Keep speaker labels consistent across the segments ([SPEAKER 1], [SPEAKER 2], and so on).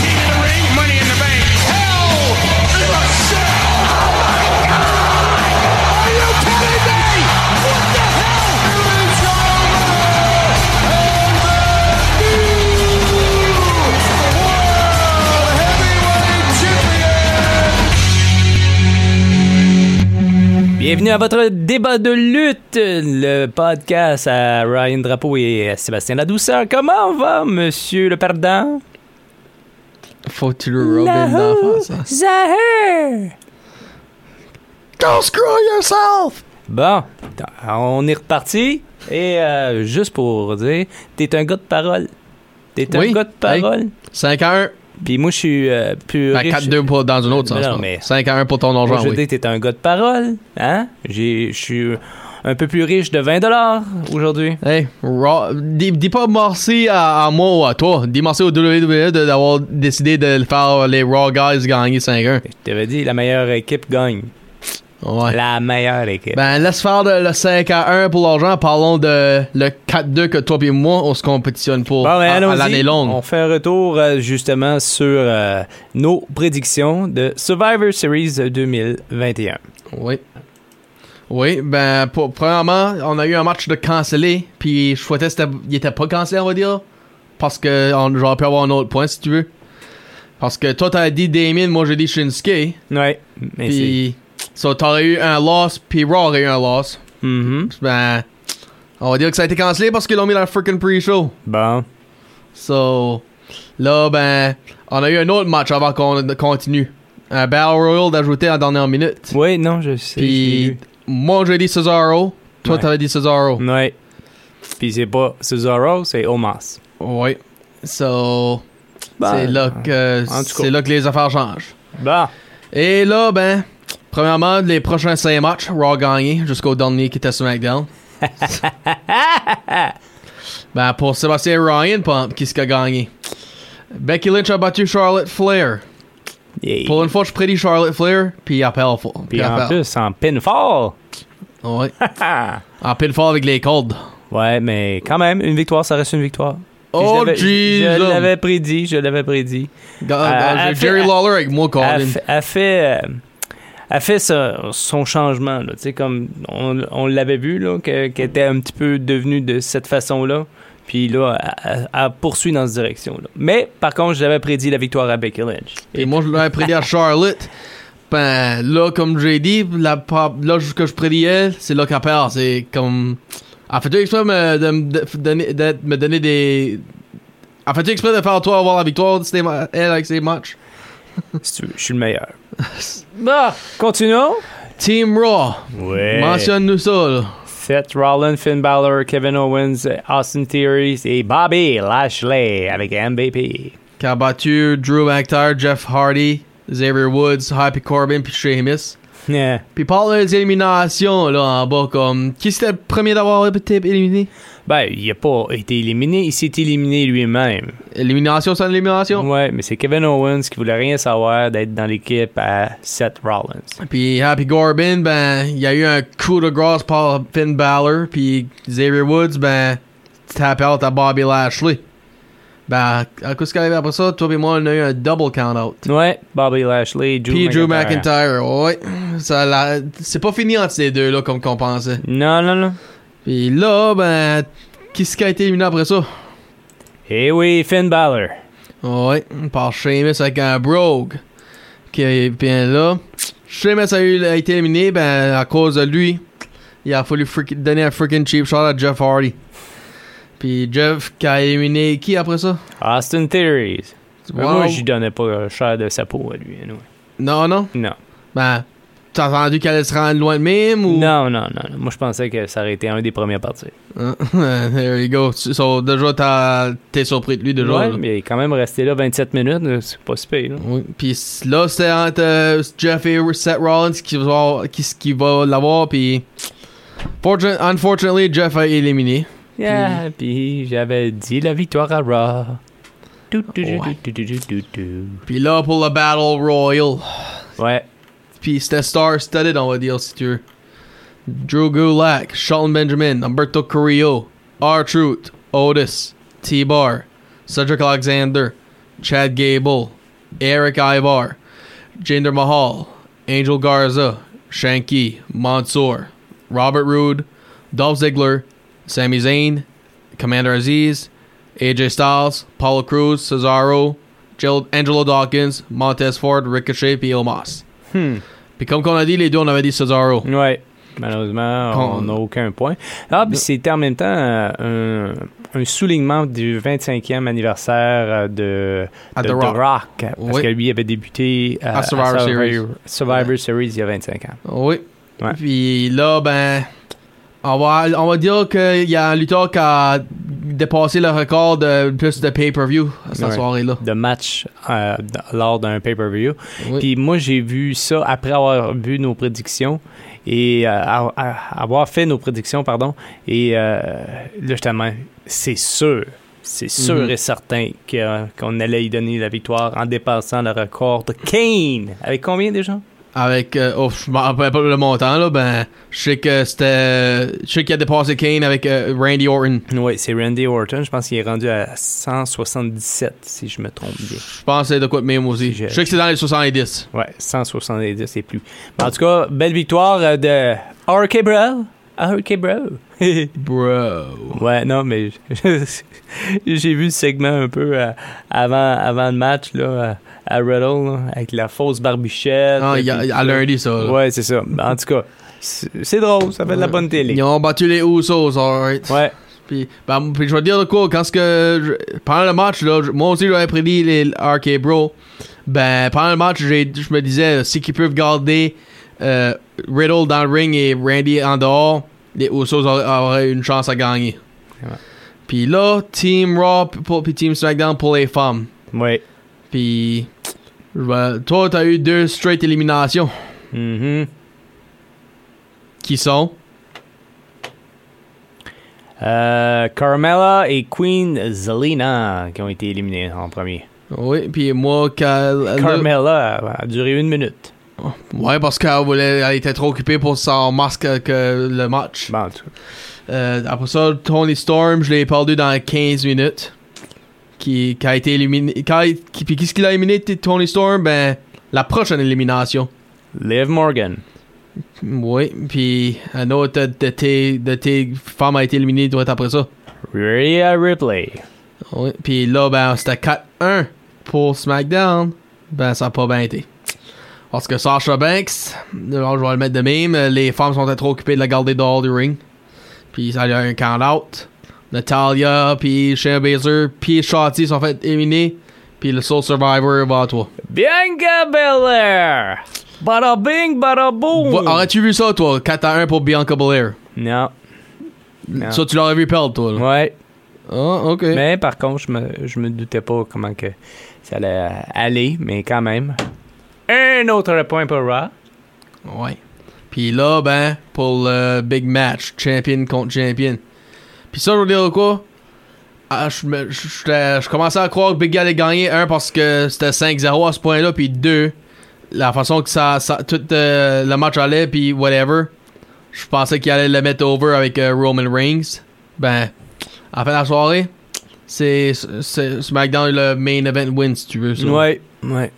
[SPEAKER 1] King of the Ring, Money in the Bank.
[SPEAKER 2] Hell in a Cell. Oh Are you kidding me? What the hell? Here is your
[SPEAKER 3] Bienvenue à votre débat de lutte, le podcast à Ryan Drapeau et à Sébastien Ladouceur. Comment va, monsieur le perdant?
[SPEAKER 4] Faut que tu le robes dans ça.
[SPEAKER 3] Zahir!
[SPEAKER 5] Go screw yourself!
[SPEAKER 3] Bon, on est reparti. Et euh, juste pour dire, t'es un gars de parole. T'es
[SPEAKER 4] Oui,
[SPEAKER 3] un gars de
[SPEAKER 4] hey.
[SPEAKER 3] parole.
[SPEAKER 4] 5 à 1.
[SPEAKER 3] Puis moi, je suis euh, plus.
[SPEAKER 4] Ben,
[SPEAKER 3] riche.
[SPEAKER 4] 4-2 pour- dans une autre
[SPEAKER 3] Mais
[SPEAKER 4] sens.
[SPEAKER 3] non,
[SPEAKER 4] pas.
[SPEAKER 3] mais-
[SPEAKER 4] 5 à 1 pour ton
[SPEAKER 3] Moi,
[SPEAKER 4] non-genre,
[SPEAKER 3] je
[SPEAKER 4] oui.
[SPEAKER 3] dis, t'es un gars de parole. Hein? J'ai- Je suis un peu plus riche de 20$ aujourd'hui.
[SPEAKER 4] Hey, Raw, dis, dis pas merci à, à moi ou à toi. Dis merci au WWE de- d'avoir décidé de le faire les Raw Guys gagner 5-1.
[SPEAKER 3] Je t'avais dit, la meilleure équipe gagne.
[SPEAKER 4] Ouais.
[SPEAKER 3] La meilleure équipe.
[SPEAKER 4] Ben, laisse faire de- le 5 à 1 pour l'argent. Parlons de le 4-2 que toi et moi, on se compétitionne pour
[SPEAKER 3] Bon, ben,
[SPEAKER 4] à- à,
[SPEAKER 3] allons-y.
[SPEAKER 4] l'année longue.
[SPEAKER 3] On fait un retour euh, justement sur euh, nos prédictions de Survivor Series 2021.
[SPEAKER 4] Oui. Oui, ben, pour- premièrement, on a eu un match de cancellé, puis je souhaitais c'était- il était pas cancellé, on va dire, parce que on- j'aurais pu avoir un autre point, si tu veux. Parce que toi, t'as dit Damien, moi, j'ai dit Shinsuke,
[SPEAKER 3] Ouais. Mais c'est.
[SPEAKER 4] puis... So, t'aurais eu un loss, puis Raw aurait eu un loss.
[SPEAKER 3] Mhm.
[SPEAKER 4] Ben, on va dire que ça a été cancellé parce qu'ils l'ont mis dans le freaking pre-show.
[SPEAKER 3] Bon.
[SPEAKER 4] So, là, ben, on a eu un autre match avant qu'on continue. Un Battle Royal d'ajouter en dernière minute.
[SPEAKER 3] Oui, non, je sais. je l'ai
[SPEAKER 4] Puis
[SPEAKER 3] vu.
[SPEAKER 4] moi j'ai dit Cesaro, toi
[SPEAKER 3] Ouais. Mm.
[SPEAKER 4] t'avais dit Cesaro.
[SPEAKER 3] Ouais. Puis c'est pas Cesaro, c'est Omas.
[SPEAKER 4] Oui. So c'est là
[SPEAKER 3] Ben,
[SPEAKER 4] que
[SPEAKER 3] en tout cas.
[SPEAKER 4] c'est là que les affaires changent.
[SPEAKER 3] Bon.
[SPEAKER 4] Et là ben premièrement les prochains 5 matchs Raw gagné jusqu'au dernier qui était sur SmackDown. ben pour Sébastien Ryan Pump qui a gagné. Becky Lynch a battu Charlotte Flair.
[SPEAKER 3] Yeah.
[SPEAKER 4] Pour une fois je prédis Charlotte Flair puis elle perd. faut-
[SPEAKER 3] Puis
[SPEAKER 4] elle
[SPEAKER 3] en
[SPEAKER 4] perd.
[SPEAKER 3] plus, en pinfall.
[SPEAKER 4] Ouais. en pile fort avec les cordes.
[SPEAKER 3] ouais, mais quand même, une victoire, ça reste une victoire. Puis je
[SPEAKER 4] Oh
[SPEAKER 3] l'avais- Je
[SPEAKER 4] Jesus.
[SPEAKER 3] l'avais prédit, je l'avais prédit.
[SPEAKER 4] God,
[SPEAKER 3] Euh,
[SPEAKER 4] ben,
[SPEAKER 3] elle
[SPEAKER 4] j'ai
[SPEAKER 3] fait-
[SPEAKER 4] Jerry Lawler avec moi, Colin.
[SPEAKER 3] a fait, a fait, euh, a fait sa- son changement. Là, tu sais, comme on, on l'avait vu, là, que- qu'elle était un petit peu devenue de cette façon-là. Puis là, elle- elle poursuit dans cette direction-là. Mais par contre, j'avais prédit la victoire à Becky Lynch.
[SPEAKER 4] Et moi, je l'avais prédit à Charlotte. Ben, là, comme j'ai dit, la, pa- là ce que je prédis, c'est là qu'elle perd. C'est comme. Elle fait-tu exprès me- de, me- de- donner- de me donner des. Elle fait-tu exprès de faire toi avoir la victoire de ces ma- elle avec ses matchs?
[SPEAKER 3] Si tu veux, je suis le meilleur. Bah, continuons.
[SPEAKER 4] Team Raw,
[SPEAKER 3] Ouais.
[SPEAKER 4] mentionne-nous ça, là.
[SPEAKER 3] Seth Rollins, Finn Balor, Kevin Owens, Austin Theory et Bobby Lashley avec MVP.
[SPEAKER 4] Qui a battu Drew McIntyre, Jeff Hardy, Xavier Woods, Happy Corbin, puis Sheamus.
[SPEAKER 3] Yeah.
[SPEAKER 4] Puis parle des éliminations, là, en bas, comme. Qui c'était le premier d'avoir été éliminé?
[SPEAKER 3] Ben, il n'a pas été éliminé, il s'est éliminé lui-même.
[SPEAKER 4] Élimination sans élimination.
[SPEAKER 3] Ouais, mais c'est Kevin Owens qui voulait rien savoir d'être dans l'équipe à Seth Rollins.
[SPEAKER 4] Puis Happy Corbin, ben, il y a eu un coup de grâce par Finn Balor. Puis Xavier Woods, ben, tap out à Bobby Lashley. Ben, à qu'est-ce qu'il y avait après ça? Toi et moi, on a eu un double count-out.
[SPEAKER 3] Ouais, Bobby Lashley, Drew
[SPEAKER 4] Puis
[SPEAKER 3] McIntyre.
[SPEAKER 4] Drew McIntyre, ouais. Ça, la- c'est pas fini entre ces deux-là, comme qu'on pensait.
[SPEAKER 3] Non, non, non.
[SPEAKER 4] Puis là, ben, qu'est-ce qui a été éliminé après ça?
[SPEAKER 3] Eh oui, Finn Balor.
[SPEAKER 4] Ouais, par Sheamus avec un Brogue. Qui est bien là. Sheamus a, eu- a été éliminé, ben à cause de lui, il a fallu freak- donner un freaking cheap shot à Jeff Hardy. Puis Jeff qui a éliminé qui après ça?
[SPEAKER 3] Austin Theories. Euh, Moi,
[SPEAKER 4] Wow.
[SPEAKER 3] j'y donnais pas euh, cher de sa peau à lui. anyway.
[SPEAKER 4] Non, non.
[SPEAKER 3] Non.
[SPEAKER 4] Ben, t'as entendu qu'elle allait se rendre loin de même ou?
[SPEAKER 3] non, non, non, non. Moi, je pensais que ça aurait été un des premiers parties.
[SPEAKER 4] Hein? There you go. So, déjà, t'as- t'es surpris de lui déjà.
[SPEAKER 3] Ouais,
[SPEAKER 4] là.
[SPEAKER 3] mais il est quand même resté là 27 minutes, là, c'est pas si pire. là.
[SPEAKER 4] Oui. Puis là, c'est entre euh, Jeff et Seth Rollins qui va, qui, qui va l'avoir. Puis, fortune- unfortunately, Jeff a éliminé.
[SPEAKER 3] Yeah, puis j'avais dit la victoire à Raw. Tout, tout, tout,
[SPEAKER 4] Ouais.
[SPEAKER 3] tout, tout, tout, tout,
[SPEAKER 4] Puis là, pour le Battle Royal.
[SPEAKER 3] tout. Ouais.
[SPEAKER 4] Puis c'était star-studded, on va dire, si tu veux. Drew Gulak, Shelton Benjamin, Humberto Carrillo, R-Truth, Otis, T-Bar, Cedric Alexander, Chad Gable, Eric Ivar, Jinder Mahal, Angel Garza, Shanky, Mansoor, Robert Roode, Dolph Ziggler, Sami Zayn, Commander Aziz, AJ Styles, Paulo Cruz, Cesaro, Gel- Angelo Dawkins, Montez Ford, Ricochet et Omos. Puis comme qu'on a dit, les deux, on avait dit Cesaro.
[SPEAKER 3] Ouais. Malheureusement, on
[SPEAKER 4] Con-
[SPEAKER 3] n'a aucun point. Ah, puis c'était en même temps euh, un, un soulignement du 25e anniversaire euh, de,
[SPEAKER 4] À
[SPEAKER 3] de
[SPEAKER 4] The Rock.
[SPEAKER 3] Parce
[SPEAKER 4] Oui.
[SPEAKER 3] que lui avait débuté euh,
[SPEAKER 4] À Survivor Series.
[SPEAKER 3] Survivor
[SPEAKER 4] Ouais.
[SPEAKER 3] Series il y a 25 ans.
[SPEAKER 4] Oui.
[SPEAKER 3] Ouais.
[SPEAKER 4] Puis là, ben, on va, on va dire qu'il y a un lutteur qui a dépassé le record de plus de pay-per-view à cette
[SPEAKER 3] Ouais.
[SPEAKER 4] soirée-là.
[SPEAKER 3] De match euh, d- lors d'un pay-per-view.
[SPEAKER 4] Oui.
[SPEAKER 3] Puis moi, j'ai vu ça après avoir vu nos prédictions et euh, a- a- avoir fait nos prédictions, pardon. Et euh, là, justement, c'est sûr, c'est sûr
[SPEAKER 4] Mhm.
[SPEAKER 3] et certain que, euh, qu'on allait y donner la victoire en dépassant le record de Kane. Avec combien déjà?
[SPEAKER 4] Avec, euh, oh, je m'en rappelle pas le montant, là, ben, je sais que c'était, je sais qu'il a dépassé Kane avec euh, Randy Orton.
[SPEAKER 3] Oui, c'est Randy Orton. Je pense qu'il est rendu à 177, si je me trompe bien.
[SPEAKER 4] Je pense que c'est de quoi de même aussi.
[SPEAKER 3] J'ai-
[SPEAKER 4] Je sais que c'est dans les 70.
[SPEAKER 3] Ouais, 170 et plus. Mais en tout cas, belle victoire euh, de RK Bro. RK Bro.
[SPEAKER 4] Bro.
[SPEAKER 3] Ouais, non, mais je- j'ai vu le segment un peu euh, avant, avant le match là, euh, à Riddle là, avec la fausse barbichette.
[SPEAKER 4] Ah, il y a-
[SPEAKER 3] puis-
[SPEAKER 4] à lundi, ça. là.
[SPEAKER 3] Ouais, c'est ça. Ben, En tout cas, c'est c'est drôle, ça fait de la bonne
[SPEAKER 4] Ils
[SPEAKER 3] télé.
[SPEAKER 4] ont battu les Usos, alright.
[SPEAKER 3] Ouais,
[SPEAKER 4] Puis, ben, puis je vais te dire de quoi, quand ce que je- pendant le match, là, je- moi aussi j'avais prédit les RK Bro. Ben, pendant le match, j'ai- je me disais, euh, si qu'ils peuvent garder euh, Riddle dans le ring et Randy en dehors, les Usos auraient- auraient une chance à gagner.
[SPEAKER 3] Ouais.
[SPEAKER 4] Puis là, Team Raw pour- puis Team SmackDown pour les femmes.
[SPEAKER 3] ouais.
[SPEAKER 4] Puis, je vais- toi, t'as eu deux straight éliminations
[SPEAKER 3] Mhm.
[SPEAKER 4] qui sont
[SPEAKER 3] Euh, Carmella et Queen Zelina qui ont été éliminées en premier.
[SPEAKER 4] Oui, puis moi, qu'elle-
[SPEAKER 3] Carmella a- a duré une minute.
[SPEAKER 4] Ouais, parce qu'elle voulait, elle était trop occupée pour son masque euh, que le match.
[SPEAKER 3] Bon, en tout cas.
[SPEAKER 4] Euh, après ça, Tony Storm, je l'ai perdu dans 15 minutes. Qui, qui a été éliminé. qui a- qui- puis qu'est-ce qu'il a éliminé, t- Tony Storm Ben, la prochaine élimination.
[SPEAKER 3] Liv Morgan.
[SPEAKER 4] Oui, puis un autre de tes, de tes femmes a été éliminée doit être après ça.
[SPEAKER 3] Rhea Ripley.
[SPEAKER 4] Oui, puis là, ben, c'était 4-1 pour SmackDown. Ben, ça n'a pas bien été. Parce que Sasha Banks, alors je vais le mettre de même, euh, les femmes sont trop occupées de la garder dehors du ring. Puis ça a eu un count-out. Natalia, puis Shea Baszler, puis Shotty sont fait éliminer. Puis le Soul Survivor va à toi.
[SPEAKER 3] Bianca Belair! Bada bing, bada boom!
[SPEAKER 4] Va- Aurais-tu vu ça, toi 4-1 pour Bianca Belair.
[SPEAKER 3] Non. Non.
[SPEAKER 4] Ça, tu l'aurais vu perdre, toi. là.
[SPEAKER 3] Ouais.
[SPEAKER 4] Ah, ok.
[SPEAKER 3] Mais par contre, je me, je me doutais pas comment que ça allait euh, aller, mais quand même. Un autre point pour Raw.
[SPEAKER 4] Ouais. Puis là, ben, pour le big match, champion contre champion. Puis ça, je veux dire quoi? Ah, je, me- je- j'étais- je commençais à croire que Big Guy allait gagner, un, parce que c'était 5-0 à ce point-là, puis deux, la façon que ça, ça- tout euh, le match allait, puis whatever, je pensais qu'il allait le mettre over avec euh, Roman Reigns. Ben, à la fin de la soirée, c'est c'est SmackDown le main event win, si tu veux. ça.
[SPEAKER 3] Ouais. Ouais.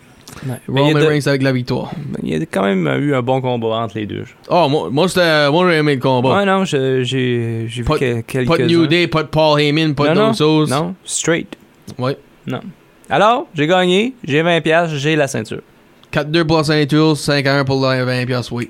[SPEAKER 3] Ouais. Mais
[SPEAKER 4] Roman
[SPEAKER 3] il, y a de-
[SPEAKER 4] Reigns avec la victoire.
[SPEAKER 3] il y a quand même eu un bon combat entre les deux.
[SPEAKER 4] Oh, moi, moi c'était... Moi, j'ai aimé le combat.
[SPEAKER 3] Ouais, non, je- j'ai j'ai vu
[SPEAKER 4] Pas-
[SPEAKER 3] que- quelques.
[SPEAKER 4] Pas de New Day, pas de Paul Heyman, pas
[SPEAKER 3] non,
[SPEAKER 4] de
[SPEAKER 3] non,
[SPEAKER 4] Usos.
[SPEAKER 3] non, straight.
[SPEAKER 4] Ouais.
[SPEAKER 3] Alors, j'ai gagné, j'ai 20$, piastres, j'ai la ceinture.
[SPEAKER 4] 4-2 pour Los Angeles, 5-1 pour le 20 piastres, oui.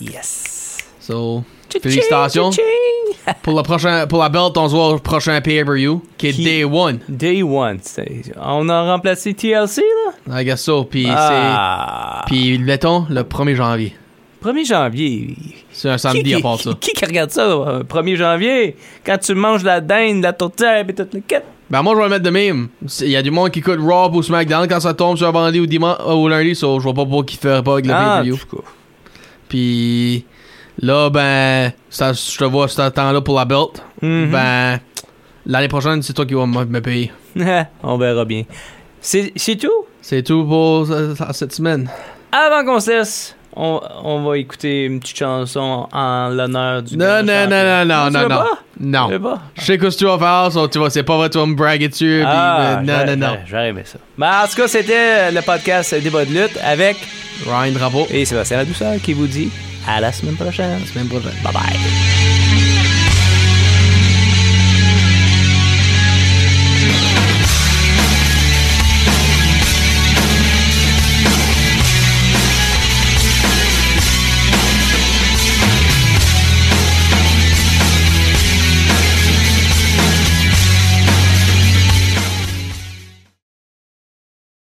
[SPEAKER 3] Yes.
[SPEAKER 4] So,
[SPEAKER 3] Tching,
[SPEAKER 4] Félicitations.
[SPEAKER 3] tching.
[SPEAKER 4] pour, le prochain, pour la belt, on se voit au prochain pay-per-view, qui est
[SPEAKER 3] Qui-
[SPEAKER 4] Day 1.
[SPEAKER 3] Day one. c'est- On a remplacé TLC, là?
[SPEAKER 4] I guess so. Puis,
[SPEAKER 3] Ah.
[SPEAKER 4] c'est, puis mettons, le 1er janvier.
[SPEAKER 3] 1er janvier.
[SPEAKER 4] C'est un
[SPEAKER 3] Qui,
[SPEAKER 4] samedi à
[SPEAKER 3] qui,
[SPEAKER 4] part ça.
[SPEAKER 3] qui- qui regarde ça, euh, 1er janvier? Quand tu manges la dinde, la tourtière et toute la quête.
[SPEAKER 4] Ben, moi, je vais le mettre de même. C'est- Il y a du monde qui écoute Raw ou SmackDown quand ça tombe sur un vendredi ou dimanche ou lundi, so je vois pas pourquoi qu'ils feraient pas avec le
[SPEAKER 3] Ah,
[SPEAKER 4] pay-per-view.
[SPEAKER 3] en tout cas.
[SPEAKER 4] Puis là, ben, ça, je te vois ce temps-là pour la belt.
[SPEAKER 3] Mhm.
[SPEAKER 4] Ben, l'année prochaine, c'est toi qui vas me me payer.
[SPEAKER 3] On verra bien. C'est c'est tout?
[SPEAKER 4] C'est tout pour euh, cette semaine.
[SPEAKER 3] Avant qu'on se laisse, on, on va écouter une petite chanson en l'honneur du
[SPEAKER 4] Non,
[SPEAKER 3] grand
[SPEAKER 4] non,
[SPEAKER 3] champion.
[SPEAKER 4] non, non,
[SPEAKER 3] Tu
[SPEAKER 4] non,
[SPEAKER 3] veux
[SPEAKER 4] non,
[SPEAKER 3] pas?
[SPEAKER 4] non.
[SPEAKER 3] Tu veux pas?
[SPEAKER 4] Je sais que ce que tu vas faire, ça, tu vois, c'est pas vrai, tu vas me braguer dessus. puis,
[SPEAKER 3] Ah,
[SPEAKER 4] euh, non,
[SPEAKER 3] j'aurais-
[SPEAKER 4] non, non.
[SPEAKER 3] j'aurais- J'aurais aimé ça. Mais en tout cas, c'était le podcast Débat de lutte avec
[SPEAKER 4] Ryan Drapeau.
[SPEAKER 3] et Sébastien Ladouceur qui vous dit à la semaine prochaine.
[SPEAKER 4] Semaine prochaine.
[SPEAKER 3] Bye bye.